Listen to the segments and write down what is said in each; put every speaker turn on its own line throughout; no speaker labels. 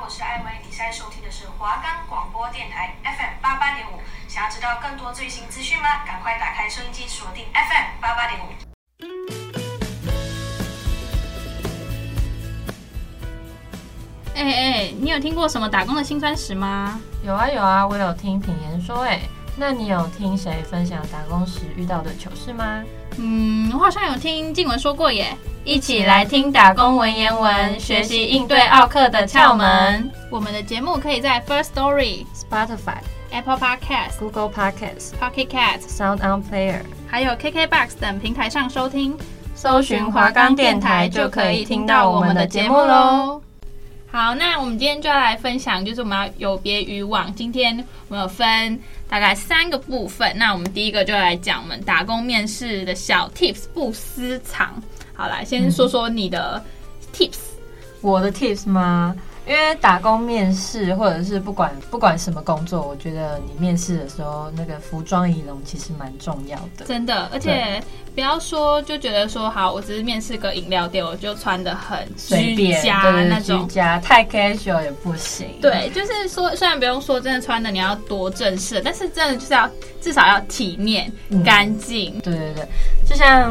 我是艾薇，你现在收听的是华冈广播电台 FM 八八点五。想要知道更多最新资讯吗？赶快打开收音机，锁定 FM 八八点五。
哎、哎、你有听过什么打工的辛酸史吗？
有啊有啊，我有听品言说哎、那你有听谁分享打工时遇到的糗事吗？
嗯，我好像有听静文说过耶。
一起来听打工文言文，学习应对奥克的窍门。
我们的节目可以在 First Story、
Spotify、
Apple Podcast、
Google Podcasts、
Pocket Cast、
Sound On Player
还有 KKBox 等平台上收听。
搜寻华冈电台就可以听到我们的节目喽。。
好，那我们今天就要来分享，就是我们要有别于往。今天我们有分大概三个部分。那我们第一个就来讲我们打工面试的小 tips 不私藏。好来，先说说你的 tips。
我的 tips 吗？因为打工面试或者是不管不管什么工作，我觉得你面试的时候那个服装仪容其实蛮重要的。
真的，而且不要说就觉得说好，我只是面试个饮料店，我就穿的很
随
居
便
家
对
那
对居
种。
家太 casual 也不行。
对，就是说，虽然不用说真的穿的你要多正式，但是真的就是要至少要体面、
嗯
干净。
对对对，就像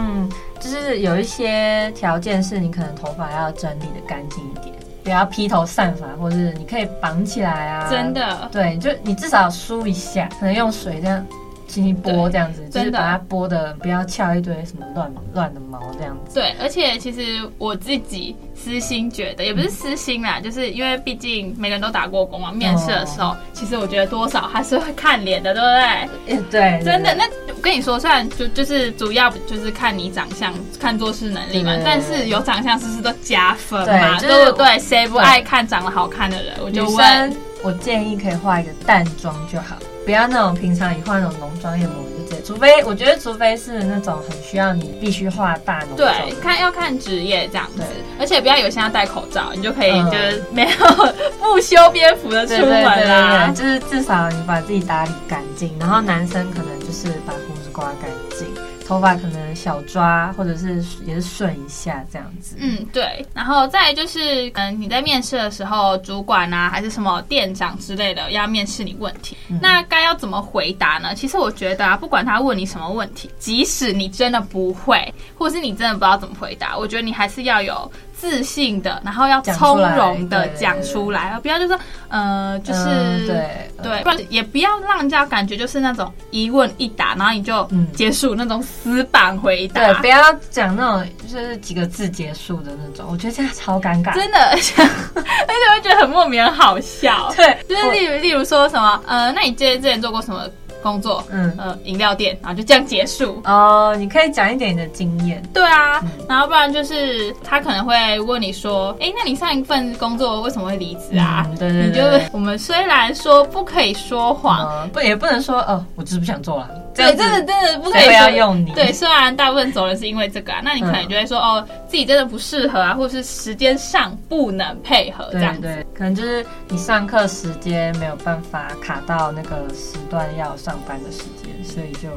就是有一些条件是你可能头发要整理的干净一点，不要披头散发，或是你可以绑起来啊。
真，的，
对，就你至少梳一下，可能用水这样轻轻拨
对
这样子，就是
真的
把它拨的不要翘一堆什么乱乱的毛这样子。
对，而且其实我自己私心觉得，也
嗯
不是私心啦，就是因为毕竟每个人都打过工嘛，面试的时
哦
候，其实我觉得多少还是会看脸的，对不 对？
对对，
真的，那我跟你说，虽然就就是主要就是看你长相、看做事能力嘛
对，
但是有长相是不是都加分
对
嘛？
就是
对不对？谁不爱看长得好看的人？我
女
就问
生，，我建议可以化一个淡妆就好，不要那种平常你化那种浓妆艳抹就直接，除非我觉得除非是那种很需要你必须化大浓妆。
对，看要看职业这样子
对，
而且不要有些要戴口罩，你就可以
嗯
就是没有 不修边幅的出
对对对
门啦
对对，。就是至少你把自己打理干净，然后男生可能就是把胡子刮干净，头发可能小抓或者是也是顺一下这样子。
嗯，对，然后再来就是，可能你在面试的时候，主管啊，还是什么店长之类的要面试你问题，
嗯
那该要怎么回答呢？其实我觉得啊，不管他问你什么问题，即使你真的不会，或是你真的不知道怎么回答，我觉得你还是要有自信的，然后要
讲出
从
来
容的
对对
讲
对
出来，而不要就说，呃，就是、
嗯对
对，不然也不要让人家感觉就是那种一问一答，然后你就
嗯
结束那种死板回答。
对，不要讲那种就是几个字结束的那种，我觉得这样超尴尬。
真的， 而且而且会觉得很莫名很好 笑。
对，
就是例如例如说什么，呃，那你之前之前做过什么工作？
嗯
呃，饮料店，然后就这样结束。
哦，你可以讲一点你的经验。
对啊
嗯，
然后不然就是他可能会问你说，哎，那你上一份工作为什么会离职啊？
嗯对
你
对
就
对对
我们虽然说不可以说谎，
嗯，不也不能说哦，我就是不想做了。这
对，
样
真的
子
真的不可以
谁
说
会要用你？
对，虽然大部分走人是因为这个啊，那你可能就会说、哦，自己真的不适合啊，或者是时间上不能配合这样
对
子。
对，可能就是你上课时间没有办法卡到那个时段要上班的时间，所以就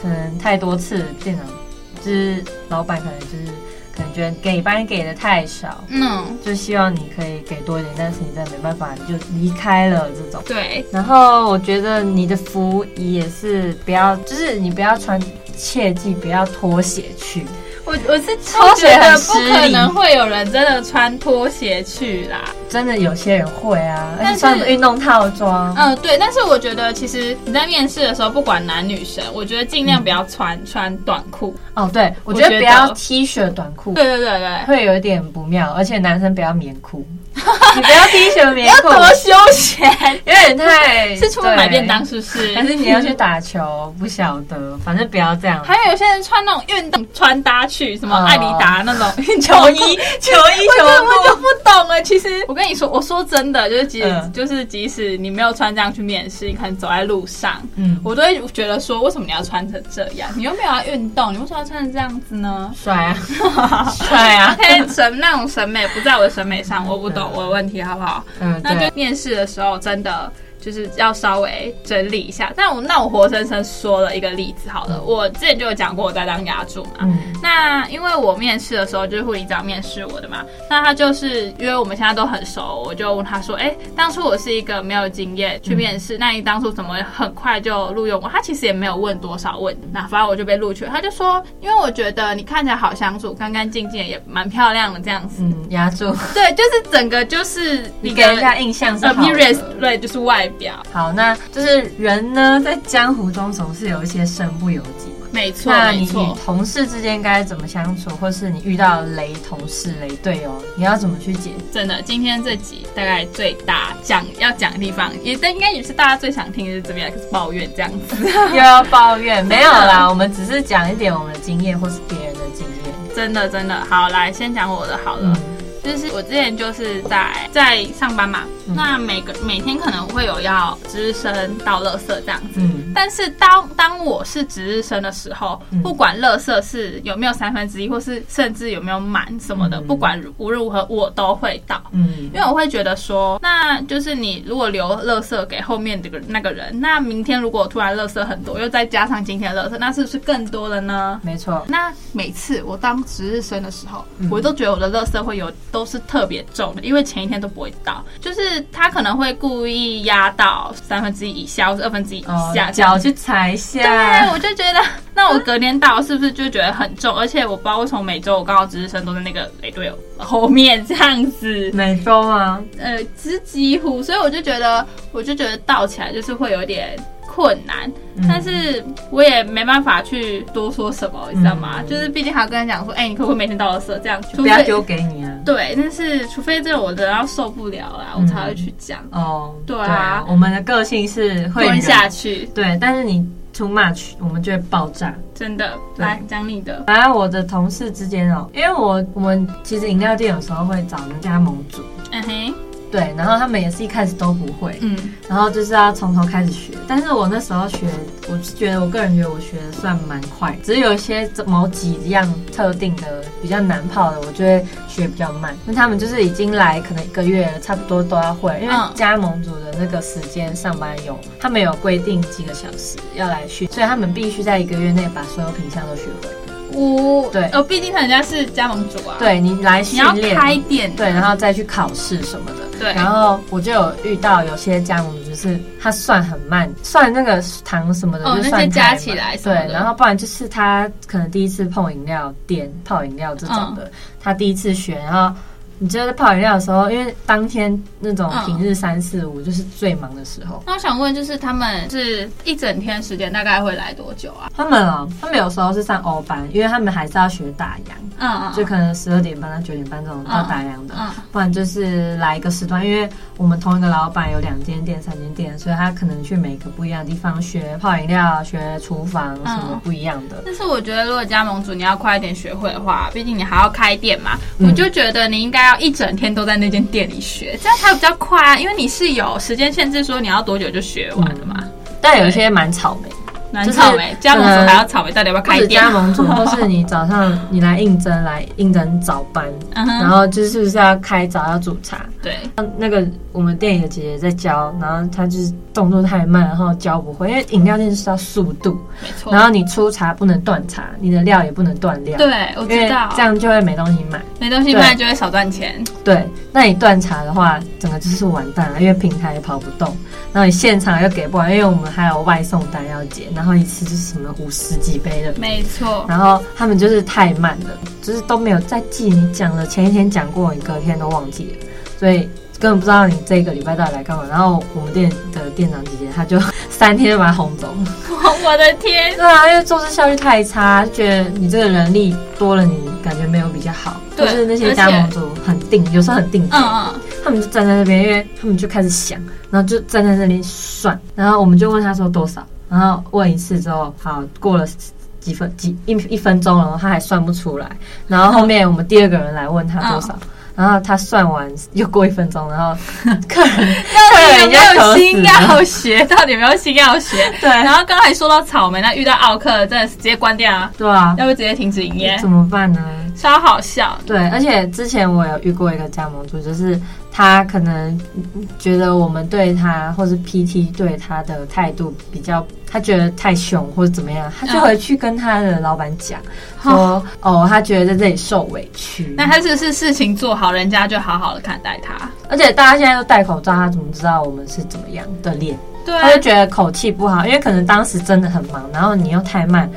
可能太多次变成，就是老板可能就是可能觉得给班给的太少，
嗯，
就希望你可以给多一点，但是你真的没办法，你就离开了这种。
对，
然后我觉得你的服仪也是不要，就是你不要穿，切记不要拖鞋去。
我我是
拖鞋
觉得
很
不
失
可
礼
能会有人真的穿拖鞋去啦。
真的有些人会啊，而
但
且
是
穿运动套装，
嗯，对，但是我觉得其实你在面试的时候，不管男女生，我觉得尽量不要穿、穿短裤。
哦，对，我
我
觉得
觉
不要
得
T 恤短裤，
对对对对，
会有一点不妙，而且男生不要棉 裤，你不要 T 恤棉
要
裤，
多休闲，
有点太
是出门买便当 是
对
不是？
还是你要去打球？不晓得，反正不要这 样。
还有有些人穿那种运动穿搭去，什么
哦
艾迪达那种运
球
动
衣、球衣、
我真
球
的我就
裤，
不懂了。其实我跟你说，我说真的，就是即、
嗯
就是即使你没有穿这样去面试，你可能走在路上，
嗯，
我都会觉得说，为什么你要穿成这样？你又没有要运动，你为什么要穿成这样子呢？
帅啊，帅 啊，
OK，审那种审美不在我的审美上，我不懂
嗯
我的问题，好不好？
嗯，
那
对
就面试的时候，真的就是要稍微整理一下。但我那我活生生说了一个例子好了，我之前就有讲过我在当牙助嘛，
嗯
那因为我面试的时候就是护理长面试我的嘛，那他就是因为我们现在都很熟，我就问他说，哎、当初我是一个没有经验去面
嗯
试，那你当初怎么很快就录用我？他其实也没有问多少问，那反正我就被录取了。他就说，因为我觉得你看起来好相处，干干净净，也蛮漂亮的这样子。
嗯，压住，
对，就是整个就是
你
你
给
的
人家印象是好
appearance，
的。
对，就是外表，
好，那就是人呢，在江湖中总是有一些身不由己嘛。
没错，
那
没
你与
错。
同事之间该怎么相处，或是你遇到雷同事、雷队友，你要怎么去解？
真的，今天这集大概最大讲要讲的地方，也但应该也是大家最想听的是怎么样抱怨这样 子，
又要抱怨？没 有啦，我们只是讲一点我们的经验，或是别人的经验。
真的真的。好，来先讲我的好了。
嗯，
就是我之前就是在在上班嘛，
嗯
那每个每天可能会有要值日生到垃圾这样子。
嗯
但是当当我是值日生的时候，
嗯
不管垃圾是有没有三分之一，或是甚至有没有满什么的，
嗯
不管如无论如何我都会到。
嗯
因为我会觉得说，那就是你如果留垃圾给后面这个那个人，那明天如果突然垃圾很多，又再加上今天的垃圾，那是不是更多了呢？
没错，
那每次我当值日生的时候，
嗯
我都觉得我的垃圾会有都是特别重的，因为前一天都不会到，就是他可能会故意压到三分之一以下或者二分之一以
哦
下，，
脚去踩一下
对，，啊我就觉得，那我隔天到是不是就觉得很重？而且我不知道为什么每周我刚好值日生都在那个雷队友后面这样子，
每周吗？
呃，只几乎，所以我就觉得，我就觉得倒起来就是会有点困难，
嗯
但是我也没办法去多说什么，你知道吗？
嗯
就是毕竟还要跟他讲说，哎、你可不可以每天到垃圾这样？除
不要
非
丢给你啊。
对，但是除非这种我真的要受不了啦，
嗯
我才会去讲
哦，
对啊
我们的个性是会
吞
忍
下去，
对，但是你 too much，我们就会爆炸。
真的。
对
来讲你的，
反正我的同事之间哦，因为我我们其实饮料店有时候会找人家盟主，
嗯哼，
对，然后他们也是一开始都不会，
嗯
然后就是要从头开始学。但是我那时候学，我是觉得我个人觉得我学的算蛮快，只是有一些某几样特定的比较难泡的，我就会学比较慢。那他们就是已经来可能一个月了，差不多都要会，因为
嗯
加盟组的那个时间上班有，他们有规定几个小时要来训，所以他们必须在一个月内把所有品相都学会。
嗯我
对
哦，毕竟人家是加盟主啊，，
对你来
你
训
要
练，
开店，
对，然后再去考试什么的。
对
然后我就有遇到有些加盟主，就是他算很慢，算那个糖什么的，
哦
就
那些
算太
加
慢
起来什
对
么的，
然后不然就是他可能第一次碰饮料店泡饮料这种的，
嗯
他第一次学，然后。你就是泡饮料的时候，因为当天那种
嗯
平日三四五就是最忙的时候，
那我想问，就是他们是一整天时间大概会来多久啊？
他们哦，他们有时候是上欧班，因为他们还是要学打烊，
嗯
就可能十二点半到九点半这种要打烊的。
嗯
不然就是来一个时段，因为我们同一个老板有两间店、三间店，所以他可能去每个不一样的地方学泡饮料、学厨房什
嗯
么不一样的。
但是我觉得，如果加盟主你要快一点学会的话，毕竟你还要开店嘛，
嗯
我就觉得你应该要一整天都在那间店里学，这样才比较快啊。因为你是有时间限制，说你要多久就学完的
嗯
嘛。
但有一些蛮草莓，
难草莓，加盟主还要草莓，到底要不要
不
开
止
店？
加盟组，或是你早上你来应征来应征早班，
嗯哼
然后就是不是要开早要煮茶？
对，
那个我们店里的姐姐在教，然后她就是动作太慢，然后教不会，因为饮料店是要速度，
没错。
然后你出茶不能断茶，你的料也不能断料，
哦对，，我
因为
知道，
这样就会没东西买。
没东西卖就会少赚钱。
对，那你断茶的话，整个就是完蛋了，因为平台也跑不动，然后你现场又给不完，因为我们还有外送单要结，然后一次就是什么五十几杯的，
没错，
然后他们就是太慢了，就是都没有再记你讲了，前一天讲过，你隔天都忘记了，所以。根本不知道你这个礼拜到底来干嘛。然后我们店的店长姐姐，她就 三天就把他轰走了。
我的天，
对啊，因为做事效率太差，觉得你这个人力多了你，感觉没有比较好。
对
就是那些
而
加
且
盟主很定，有时候很定定。
嗯嗯，
他们就站在那边，因为他们就开始想，然后就站在那里算，然后我们就问他说多少，然后问一次之后，好过了几分几一一分钟了，然后他还算不出来，然后后面我们第二个人来问他多少。
嗯
然后他算完又过一分钟，然 后客人客人
到
已
底有
经
没有
渴
心啊
死了，
要学？到底有没有心要学？
对啊
然后刚才说到草莓，那遇到奥克真的是直接关店啊，
对啊，
要不直接停止营业，
怎么办呢？
超好笑。
对，而且之前我有遇过一个加盟主，就是他可能嗯觉得我们对他或是 PT 对他的态度比较，他觉得太凶或者怎么样，他
嗯
就会去跟他的老板讲、说，哦，他觉得在这里受委屈。
那他是不是事情做好，人家就好好的看待他？
而且大家现在都戴口罩，他怎么知道我们是怎么样的脸？
对啊
他就觉得口气不好，因为可能当时真的很忙，然后你又太慢，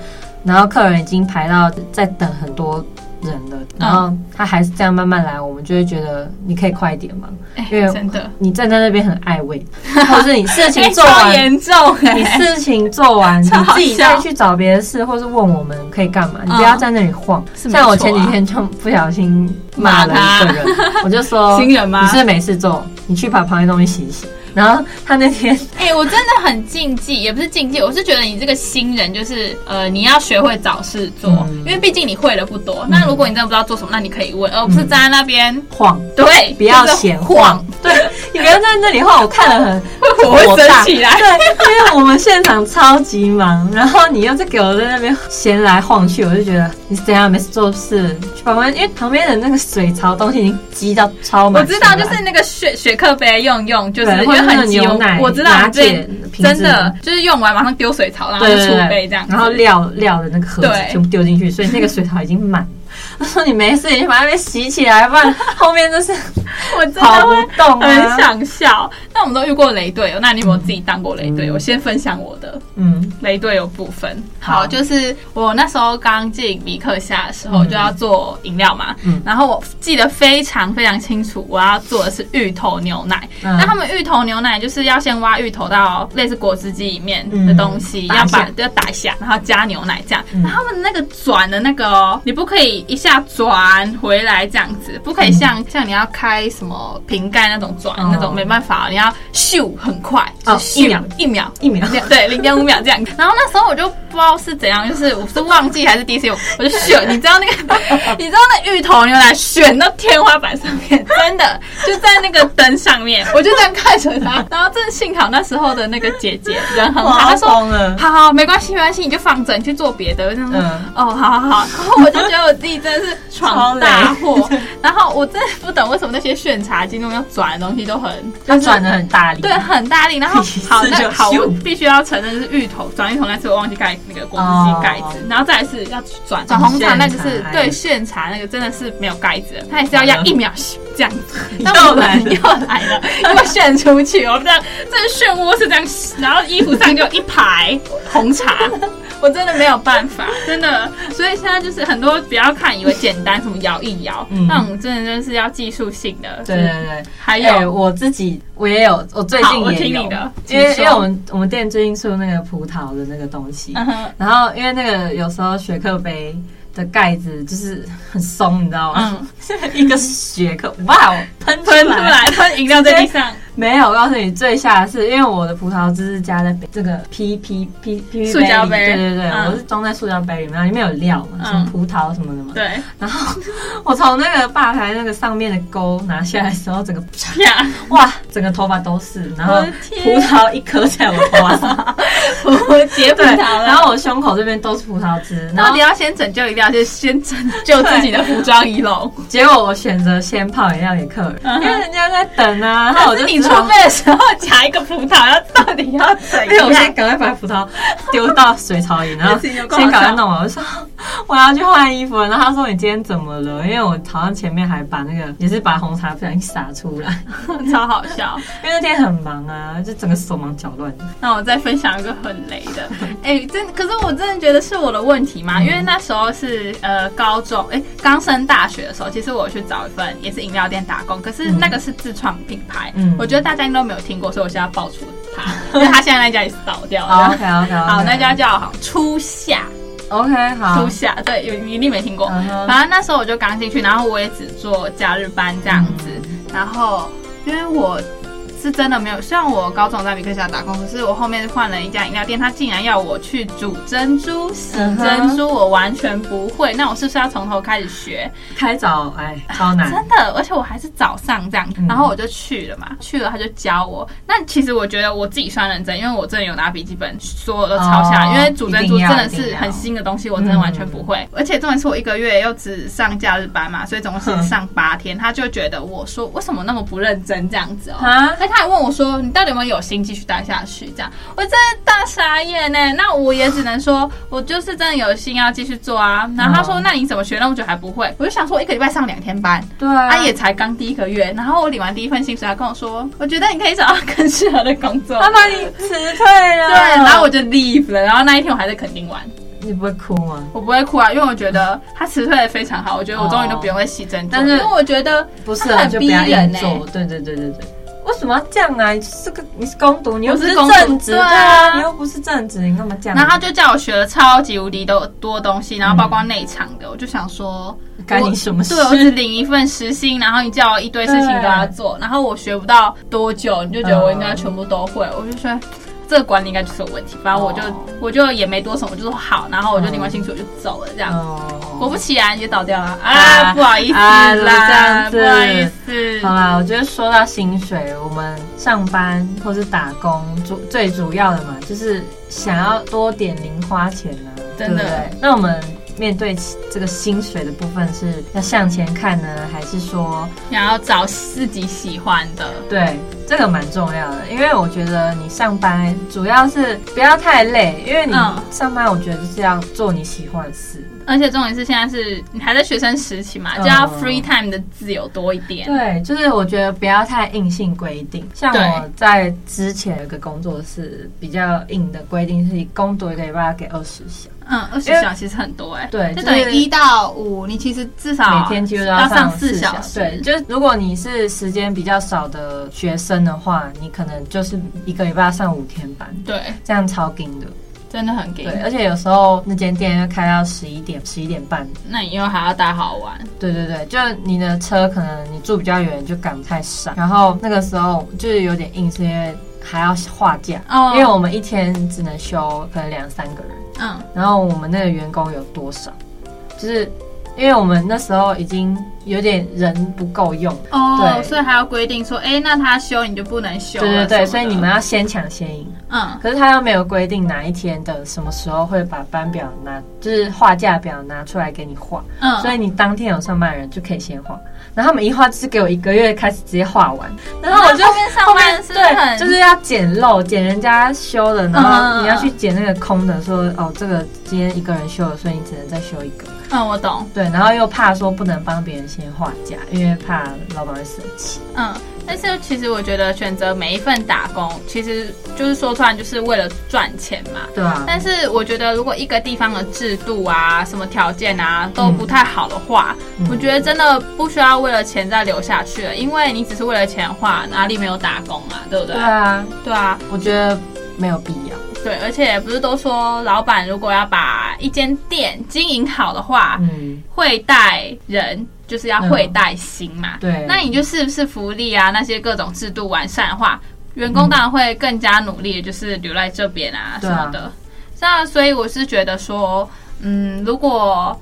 然后客人已经排到在等很多人了，然后
嗯
他还是这样慢慢来，我们就会觉得你可以快一点嘛，
哎
因为
真的，
你站在那边很爱 喂，或是你事情
哎
做
超
完。
严重
你
哎，
事情 做完，你
超好
自己
笑嗯
再去找别的事，或是问我们可以干嘛，你不要在那里晃。
是没
像我
错啊
前几天就不小心骂了一个人，我就说
新人吗
你是不是没事做，你去把旁边东西洗一洗。然后他那天
哎、我真的很禁忌，也不是禁忌，我是觉得你这个新人就是呃，你要学会找事做，
嗯
因为毕竟你会的不多。那如果你真的不知道做什么，那你可以问，而哦不是站在那边、
晃，
嗯对，
不要
就是
闲晃，对，你不要在那里晃，我看了很
我会
火大
生气来。
对，因为我们现场超级忙，然后你又是给我在那边闲来晃去，我就觉得你是怎样没事做事去旁边，因为旁边的那个水槽东西已经积到 超
我
满出
知
来，
道，就是那个雪雪克杯用用，就是
对
因为
或者那个
很急，
牛奶
我知道
拿
你最
铁瓶子
真的就是用完马上丢水槽，然后
对
就
对
出
对
杯这样子。
然后料料的那个盒子
对
全部丢进去，所以那个水槽已经满。他说你没事，你就把它给洗起来，不然后面就是
我真
跑
的会
不动啊。
很想笑。那我们都遇过雷队友，那你有没有自己当过雷队友？我先分享我的。
嗯，
雷队有部分。
好
好，就是我那时候刚进米克夏的时候，
嗯
就要做饮料嘛，
嗯
然后我记得非常非常清楚，我要做的是芋头牛奶。
嗯
那他们芋头牛奶就是要先挖芋头到类似果汁机里面的东西，
嗯
要
打
把
一
要打一下，然后加牛奶这样。
嗯
那他们那个转的那个哦，你不可以一下转回来这样子，不可以像、像你要开什么瓶盖那种转、
嗯哦
那种，没办法，你要咻很快，
哦
就是咻
一秒
一秒
一秒
两对零点五秒这样。然后那时候我就不知道是怎样，就是我是忘记还是第一次用，我就选， 你知道那个，你知道那芋头牛奶选到天花板上面，真的就在那个灯上面，我就这样看着它。 然后正幸好那时候的那个姐姐人很好，她说
疯了。
好好，没关系，没关系，你就放着，你去做别的。我想说，
嗯
哦，好好好。然后我就觉得我自己真的是闯大 祸。然后我真的不懂为什么那些炫茶金那种要转的东西都很，
他转的很大力，
对，很大力。然 后好，
一次就
那好，
咻
我必须要承认就是芋头转芋头那次我忘记盖那个果汁
哦
机盖子，然后再来是要转转红茶，那个是哎
炫茶
对炫茶那个真的是没有盖子的，它也是要压
嗯
一秒咻这样子。
又
那我
来
们
了
嗯又来了，又炫出去，我这样这漩涡是这样，然后衣服上就一排红茶， 我真的没有办法，真的。所以现在就是很多不要看以为简单，什么摇一摇，
嗯
那种真的真的是要技术性的。
对对对。
还
哎、
有
我自己我也有，我最
好
近
我
也
听
有
你的，
因为
请说
因为我们我们店最近出那个葡萄的那个东西，
嗯哼
然后因为那个有时候雪克杯的盖子就是很松，你知道吗？
嗯，
一个雪克，哇，哦，喷
喷出来，喷饮料在地 上，
没有，我告诉你，最吓的是，因为我的葡萄汁是加在这个 P P P P
塑胶杯
对对对，
嗯
我是装在塑胶杯里面，里面有料嘛，
嗯
什么葡萄什么的嘛。
对，
然后 我从那个吧台那个上面的钩拿下来的时候，整个
呀，
哇，整个头发都是，然
我
后
的天
葡萄一颗在我头发上，
我解葡
对，
萄了。
然后我胸口这边都是葡萄汁，然
到
后
底要先拯救饮料，就是先拯救自己的服装 仪容。
结果我选择先泡饮料给客人，
嗯哼
因为人家在等啊，然后我
可
就是
你
知
出
道
费的时候夹一个葡萄，要到底要怎
因为我
样
先？赶快把葡萄丢到水槽 里，然后
事情
先
有够好笑
赶快弄完。我说 我要去换衣服了，然后他说你今天怎么了？因为我好像前面还把那个也是把红茶不小心洒出来，
超好笑。
因为那天很忙啊，就整个手忙脚乱的。
那我再分享一个很雷 的，哎、真可是我真的觉得是我的问题
嗯
嘛，因为那时候是呃高中，哎、刚升大学的时候，其实我有去找一份也是饮料店打工，可是那个是自创品牌，
嗯
我觉得大家应该都没有听过，所以我现在要爆出它， 因为它现在那家也是倒掉
好
了。
，OK OK，
好，那家叫好像初夏，
OK 好
初，夏，对，有你一定没听过。
嗯哼
反正那时候我就刚进去，然后我也只做假日班这样子，然后因为我是真的没有。像我高中在米克夏打工，可是我后面换了一家饮料店，他竟然要我去煮珍珠、洗
嗯哼
珍珠，我完全不会。那我是不是要从头开始学？
开早哎，超难。
真的，而且我还是早上这样
嗯，
然后我就去了嘛，去了他就教我。那其实我觉得我自己算认真，因为我真的有拿笔记本所有都抄下来，
哦
因为煮珍珠
一
真
定要
的
一定
是
要
很新的东西，我真的完全不会。嗯而且重点是我一个月又只上假日班嘛，所以总共是
哼
上八天，他就觉得我说为什么那么不认真这样子哦。
啊
所以他还问我说：“你到底有没有有心继续待下去？”这样，我真的大傻眼呢。那我也只能说，我就是真的有心要继续做啊。然后他说：“
嗯
那你怎么学那么久还不会？”我就想说，我一个礼拜上两天班，
对啊，
他也才刚第一个月。然后我领完第一份薪水，他跟我说：“我觉得你可以找到更适合的工作。
他把你辞退了。
对，然后我就 leave 了。然后那一天我还在垦丁玩，
你不会哭吗？
我不会哭啊，因为我觉得他辞退的非常好，我觉得我终于都不用再细珍珠了，
但是
因为我觉得
不
他
是啊，
很
就不
逼
要硬
人呢、
做。欸对对对对对。为什么要这样啊？你是个你是工读，你又
我
不
是
是
公主
正职，
对啊
你又不是正职，你干嘛这样？
然后他就叫我学了超级无敌的多东西，然后包括内场的，我就想说，
干你什么事
我对， 我只领一份时薪，然后你叫我一堆事情都要做，然后我学不到多久，你就觉得我应该全部都会，我就觉得这个管理应该就是有问题。反正我就、
嗯哦
我就也没多什么，我就说好，然后我就领完薪水我就走了这样。果
哦，
不其然也倒掉了啊！
啊
不好意思
啊怎么这
啦，不
样子
好意思。
好啦，我觉得说到薪水，我们上班或是打工主最主要的嘛，就是想要多点零花钱啊，
真的
对不对那我们面对这个薪水的部分，是要向前看呢，还是说
想要找自己喜欢的，
对，这个蛮重要的，因为我觉得你上班主要是不要太累，因为你
嗯
上班，我觉得就是要做你喜欢的事。
而且重点是现在是你还在学生时期嘛，就要
嗯
free time 的自由多一点。
对，就是我觉得不要太硬性规定。像
对
我在之前有一个工作是比较硬的规定，是工作一个礼拜要给二十小时，
嗯，二十
因为
小时其实很多哎、
对
就
就是
等于一到五，你其实至少
每天几乎都
啊要
上
四
小
时。
对，就是如果你是时间比较少的学生的话，你可能就是一个礼拜要上五天班，
对，
这样超硬的。
真的很给
对，。而且有时候那间店要开到十一点、十一点半
那你以后还要带好玩，
对对对，就你的车可能你住比较远就赶不太上，然后那个时候就是有点硬，是因为还要画假，
哦
因为我们一天只能休可能两三个人，
嗯，
然后我们那个员工有多少，就是因为我们那时候已经有点人不够用，
哦，
对
所以还要规定说，哎、那他休你就啊不能休
对
了
对对，
什
所
么的
以你们要先抢先赢，
嗯，
可是他又没有规定哪一天的什么时候会把班表拿，就是画假表拿出来给你画，
嗯，
所以你当天有上班的人就可以先画，然后他们一画就是给我一个月开始直接画完，然后我就
那后面上班是不是很
对，就是要捡漏，捡人家修的，
嗯
然
嗯嗯
后你要去捡那个空的，说哦这个今天一个人修了，所以你只能再修一个，
嗯，我懂，
对，然后又怕说不能帮别人先画假，因为怕老板会生气，
嗯。但是其实我觉得选择每一份打工，其实就是说出来就是为了赚钱嘛。
对啊，
但是我觉得，如果一个地方的制度啊、什么条件啊都不太好的话，
嗯
我觉得真的不需要为了钱再留下去了，因为你只是为了钱的话，哪里没有打工啊，对不对？
对啊，
对啊，
我觉得没有必要。
对，而且不是都说，老板如果要把一间店经营好的话，
嗯，
会带人。就是要会带心嘛，
对
那你就是不是福利啊，那些各种制度完善的话，员工当然会更加努力，就是留在这边啊什
对啊
么的。那所以我是觉得说，嗯，如果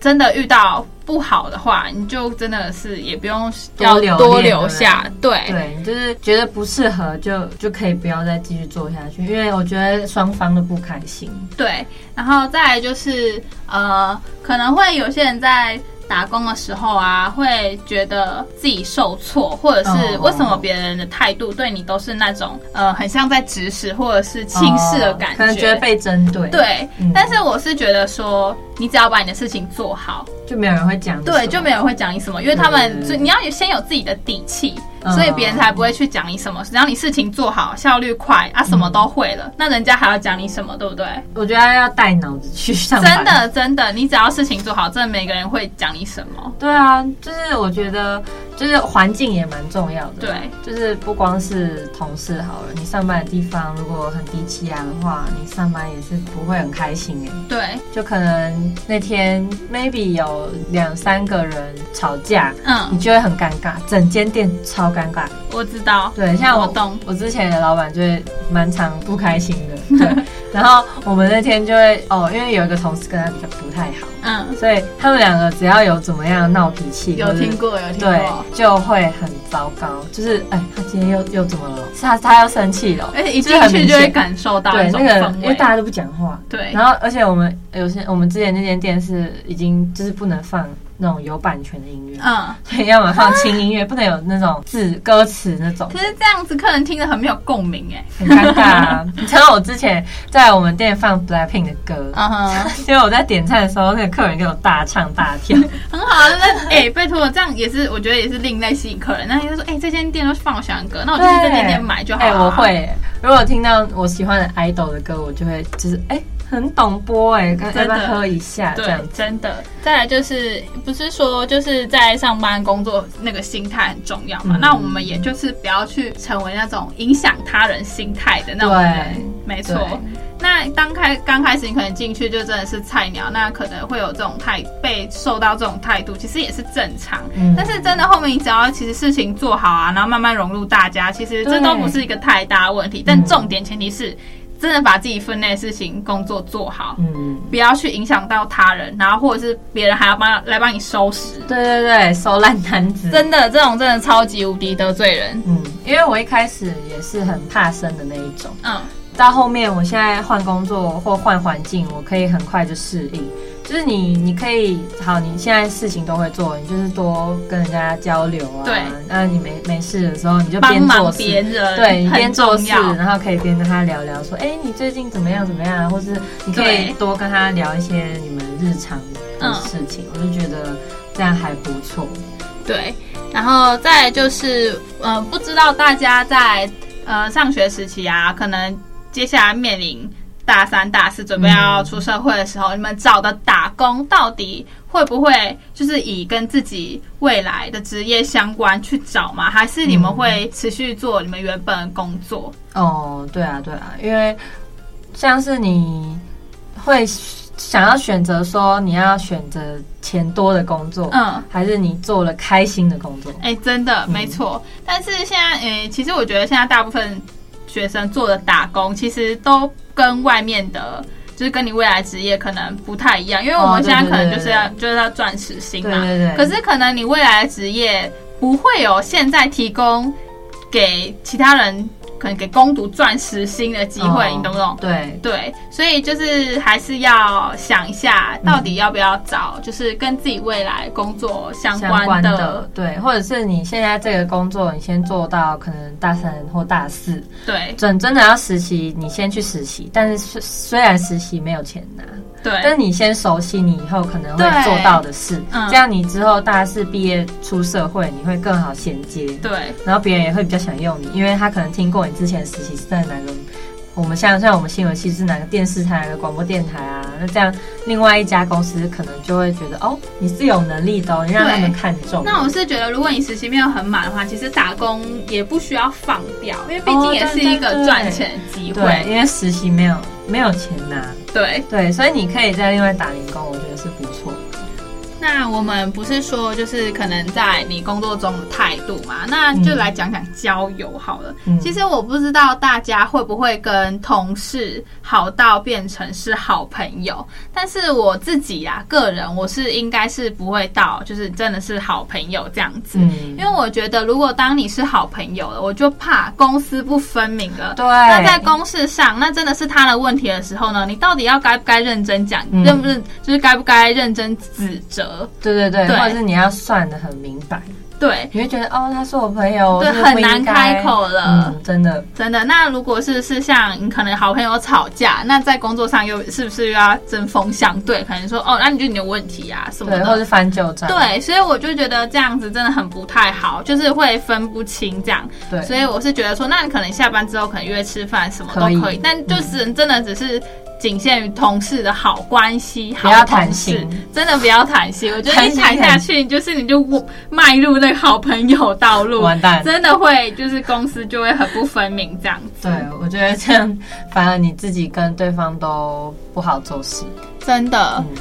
真的遇到不好的话，你就真的是也不用要
留
多
恋
留
对不
下，对
对，就是觉得不适合就就可以不要再继续做下去，因为我觉得双方都不开心。
对，然后再来就是呃，可能会有些人在打工的时候啊，会觉得自己受挫，或者是
哦
为什么别人的态度对你都是那种呃，很像在指使或者是轻视的感
哦可能觉得被针对，，
对，
嗯
但是我是觉得说，你只要把你的事情做好，
就没有人会讲你什么，
对，就没有人会讲你什么，因为他们
嗯
就你要有先有自己的底气，
嗯
所以别人才不会去讲你什么。只要你事情做好，效率快啊，什
嗯
么都会了，那人家还要讲你什么，对不对？
我觉得要带脑子去上
真，
班，
的真的，你只要事情做好，真的没个人会讲你什么。
对啊，就是我觉得就是环境也蛮重要的，
对，
就是不光是同事好了，你上班的地方如果很低气压的话，你上班也是不会很开心哎，
对，
就可能那天 maybe 有两三个人吵架，
嗯
你，就会很尴尬，整间店超超尴尬。
我知道，
对，像我
我懂
我之前的老板就会蛮常不开心 的。对，然后我们那天就会哦，因为有一个同事跟他比较不太好，
嗯，
所以他们两个只要有怎么样闹脾气，
有
或是
听过，有听
对
过，，
就会很糟糕。就是哎，他今天又又怎么了？是他他又生气了。
而且一
就是
进
很
去
明
就会
显
感受到
对，
一
那
种
个
氛
因为大
围，
家都不讲话，
对，
然后而且我们有些我们之前那间店是已经就是不能放那种有版权的音乐，
嗯，
所以要么放轻音乐，不能有那种字歌词那种
可，是这样子客人听得很没有共鸣哎，
很尴尬、 啊。你知道我之前在我们店放 Blackpink 的歌。
嗯哼，
结果我在点菜的时候，那个客人给我大唱大跳，
很好啊，那哎、拜托，这样也是我觉得也是另类吸引客人。那就说，哎、这间店都是放我喜欢的歌，那我就去这间店买就好
哎、
了。
我会、，如果听到我喜欢的 idol 的歌，我就会就是哎、很懂播哎、跟要
嗯真
不
的
要喝一下这样
对，真的。再来就是，不是说就是在上班工作那个心态很重要嘛？
嗯
那我们也就是不要去成为那种影响他人心态的那种
对
人。没错
对。
那当开刚开始，你可能进去就真的是菜鸟，那可能会有这种态被受到这种态度，其实也是正常。
嗯
但是真的后面你只要其实事情做好啊，然后慢慢融入大家，其实这
对
都不是一个太大的问题。但重点前提是，真的把自己分内的事情工作做好，
嗯，
不要去影响到他人，然后或者是别人还要帮来帮你收拾。
对对对，收烂摊子，
真的，这种真的超级无敌得罪人。
嗯，因为我一开始也是很怕生的那一种，
嗯，
到后面我现在换工作或换环境，我可以很快就适应。就是你，你可以好，你现在事情都会做，你就是多跟人家交流啊。
对
那你没没事的时候，你就
帮
边做
忙
事，
别人，
对，你边
很
做
重
事，
要。
然后可以边跟他聊聊，说，哎，你最近怎么样怎么样，或是你可以
对
多跟他聊一些你们日常的
嗯
事情，我就觉得这样还不错。
对，然后再来就是，呃，不知道大家在呃上学时期啊，可能接下来面临大三、大四准备要出社会的时候，你们找的打工到底会不会就是以跟自己未来的职业相关去找吗？还是你
嗯
们会持续做你们原本的工作？
哦，对啊，对啊，因为像是你会想要选择说你要选择钱多的工作，
嗯。
还是你做了开心的工作？
哎、真的没错。但是现在，哎、其实我觉得现在大部分学生做的打工，其实都跟外面的，就是跟你未来职业可能不太一样，因为我
哦
们
对
现在
对
可能
对
就是要就是要赚时薪
对
嘛。
对对，
可是可能你未来的职业不会有现在提供给其他人，可能给工读赚时薪的机会，
哦
你懂不懂？
对，
对，所以就是还是要想一下，到底要不要找，就是跟自己未来工作相
相
关
关
的
的，对，或者是你现在这个工作，你先做到可能大三或大四，
对
准真的要实习，你先去实习，但是虽虽然实习没有钱拿，但
对
是你先熟悉你以后可能会
对
做到的事，
嗯
这样你之后大四毕业出社会，你会更好衔接。
对
然后别人也会比较想用你，因为他可能听过你之前实习是在哪个，我们像像我们新闻系是哪个电视台、哪个广播电台啊，那这样另外一家公司可能就会觉得哦，你是有能力的、哦，你让他们看中。
那我是觉得，如果你实习没有很满的话，其实打工也不需要放掉，因为毕
哦
竟也是
对
一
对对
个赚钱的机会。
对，因为实习没有没有钱拿，
对，
对，所以你可以在另外打零工，我觉得是不错。
那我们不是说就是可能在你工作中的态度嘛，那就来讲讲交友好了。
嗯
其实我不知道大家会不会跟同事好到变成是好朋友，但是我自己啊，个人我是应该是不会到，就是真的是好朋友这样子。
嗯
因为我觉得，如果当你是好朋友了，我就怕公私不分明了。
对
那在公事上，那真的是他的问题的时候呢，你到底要该不该认真讲，
嗯
认不认，就是该不该认真指责？
对对对，
对
或者是你要算的很明白，
对，
你会觉得哦，他是我朋友，我
对
是不
很
应
难
该
开口了
嗯，真的，
真的。那如果是是像你可能好朋友吵架，那在工作上又是不是又要针锋相对？可能说哦，那你就你有问题啊什么
对，或
的。
是翻旧账，
对，所以我就觉得这样子真的很不太好，就是会分不清这样。
对，
所以我是觉得说，那你可能下班之后可能约吃饭什么都
可
可
以嗯
以，但就是真的只是仅限于同事的好关系，
不要
好同
谈
事
心，
真的不要谈心。我觉得
谈
你
心
谈下
很
去，就是你就迈入那个好朋友道路，
完蛋。
真的会就是公司就会很不分明这样子。
对，我觉得这样反而你自己跟对方都不好做事。
真的。
嗯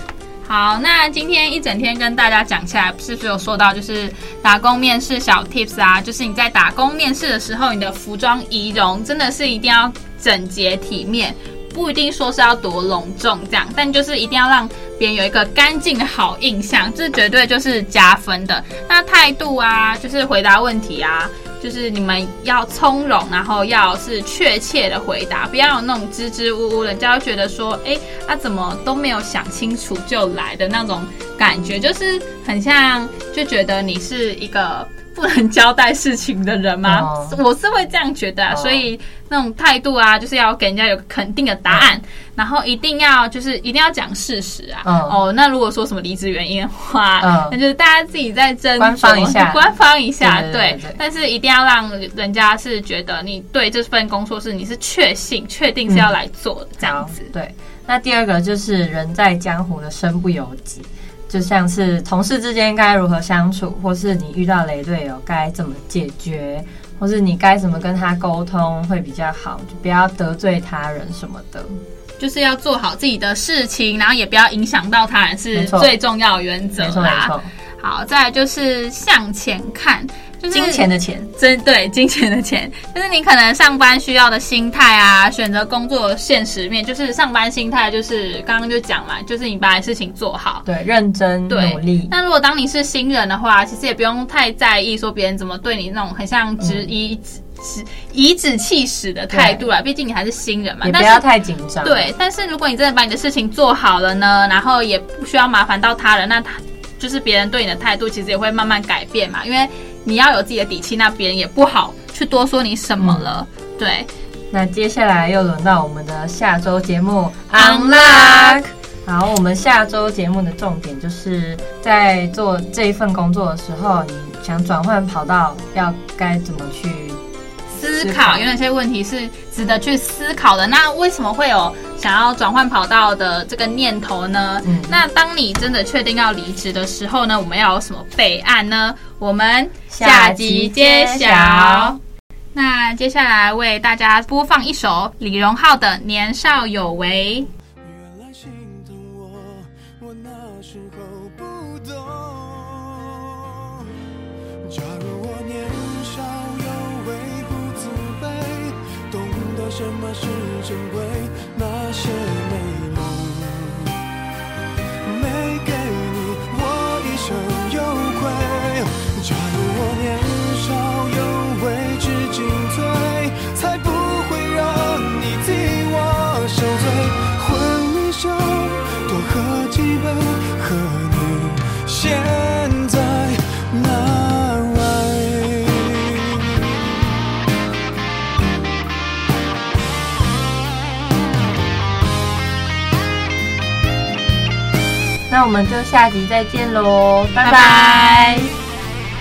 好，那今天一整天跟大家讲下来，是不是有说到就是打工面试小 tips 啊？就是你在打工面试的时候，你的服装仪容真的是一定要整洁体面，不一定说是要多隆重这样，但就是一定要让别人有一个干净的好印象，这绝对就是加分的。那态度啊，就是回答问题啊，就是你们要从容，然后要是确切的回答，不要有那种支支吾吾，人家会觉得说，哎，他、怎么都没有想清楚就来的那种感觉，就是很像就觉得你是一个不能交代事情的人吗？
哦
我是会这样觉得啊、
哦
所以那种态度啊，就是要给人家有个肯定的答案，然后一定要就是一定要讲事实啊。
嗯
哦，那如果说什么离职原因的话，
嗯
那就是大家自己再斟酌，
官方一下
官方一下，
对对对对
但是一定要让人家是觉得你对这份工作是你是确信、确定是要来做的、这样子。
好对，那第二个就是人在江湖的身不由己，就像是同事之间该如何相处，或是你遇到雷队友该怎么解决，或是你该怎么跟他沟通会比较好，就不要得罪他人什么的。
就是要做好自己的事情，然后也不要影响到他人，是
没错
最重要的原则
没错没
啦。
错，
好，再来就是向前看，就是
金钱的钱，
真对金钱的钱， 就是你可能上班需要的心态啊，选择工作的现实面，就是上班心态，就是刚刚就讲嘛，就是你把事情做好。
对，认真
对
努力，
那如果当你是新人的话，其实也不用太在意说别人怎么对你那种很像质疑、指指颐指气使的态度啦，毕竟你还是新人嘛
也。不
但
要
是
太紧张。
对，但是如果你真的把你的事情做好了呢，然后也不需要麻烦到他人，那他就是别人对你的态度其实也会慢慢改变嘛，因为你要有自己的底气，那别人也不好去多说你什么了。对，
那接下来又轮到我们的下周节目
Unlock
Unlock。好，我们下周节目的重点就是在做这一份工作的时候，你想转换跑道要该怎么去？
思
思
考
考
有哪些问题是值得去思考的？那为什么会有想要转换跑道的这个念头呢？
嗯
那当你真的确定要离职的时候呢，我们要有什么备案呢？我们下集揭
下集揭晓
晓。那接下来为大家播放一首李荣浩的《年少有为》。
原来心疼我，我那时候不懂。假如我年少有为不自卑，懂得什么是珍贵，那些美梦没给你，我一生有愧。假如我年少有为知进退，才不会让你替我受罪。婚礼上多喝几杯，和你现在那位。
那我们就下集再见喽，拜
拜
拜
拜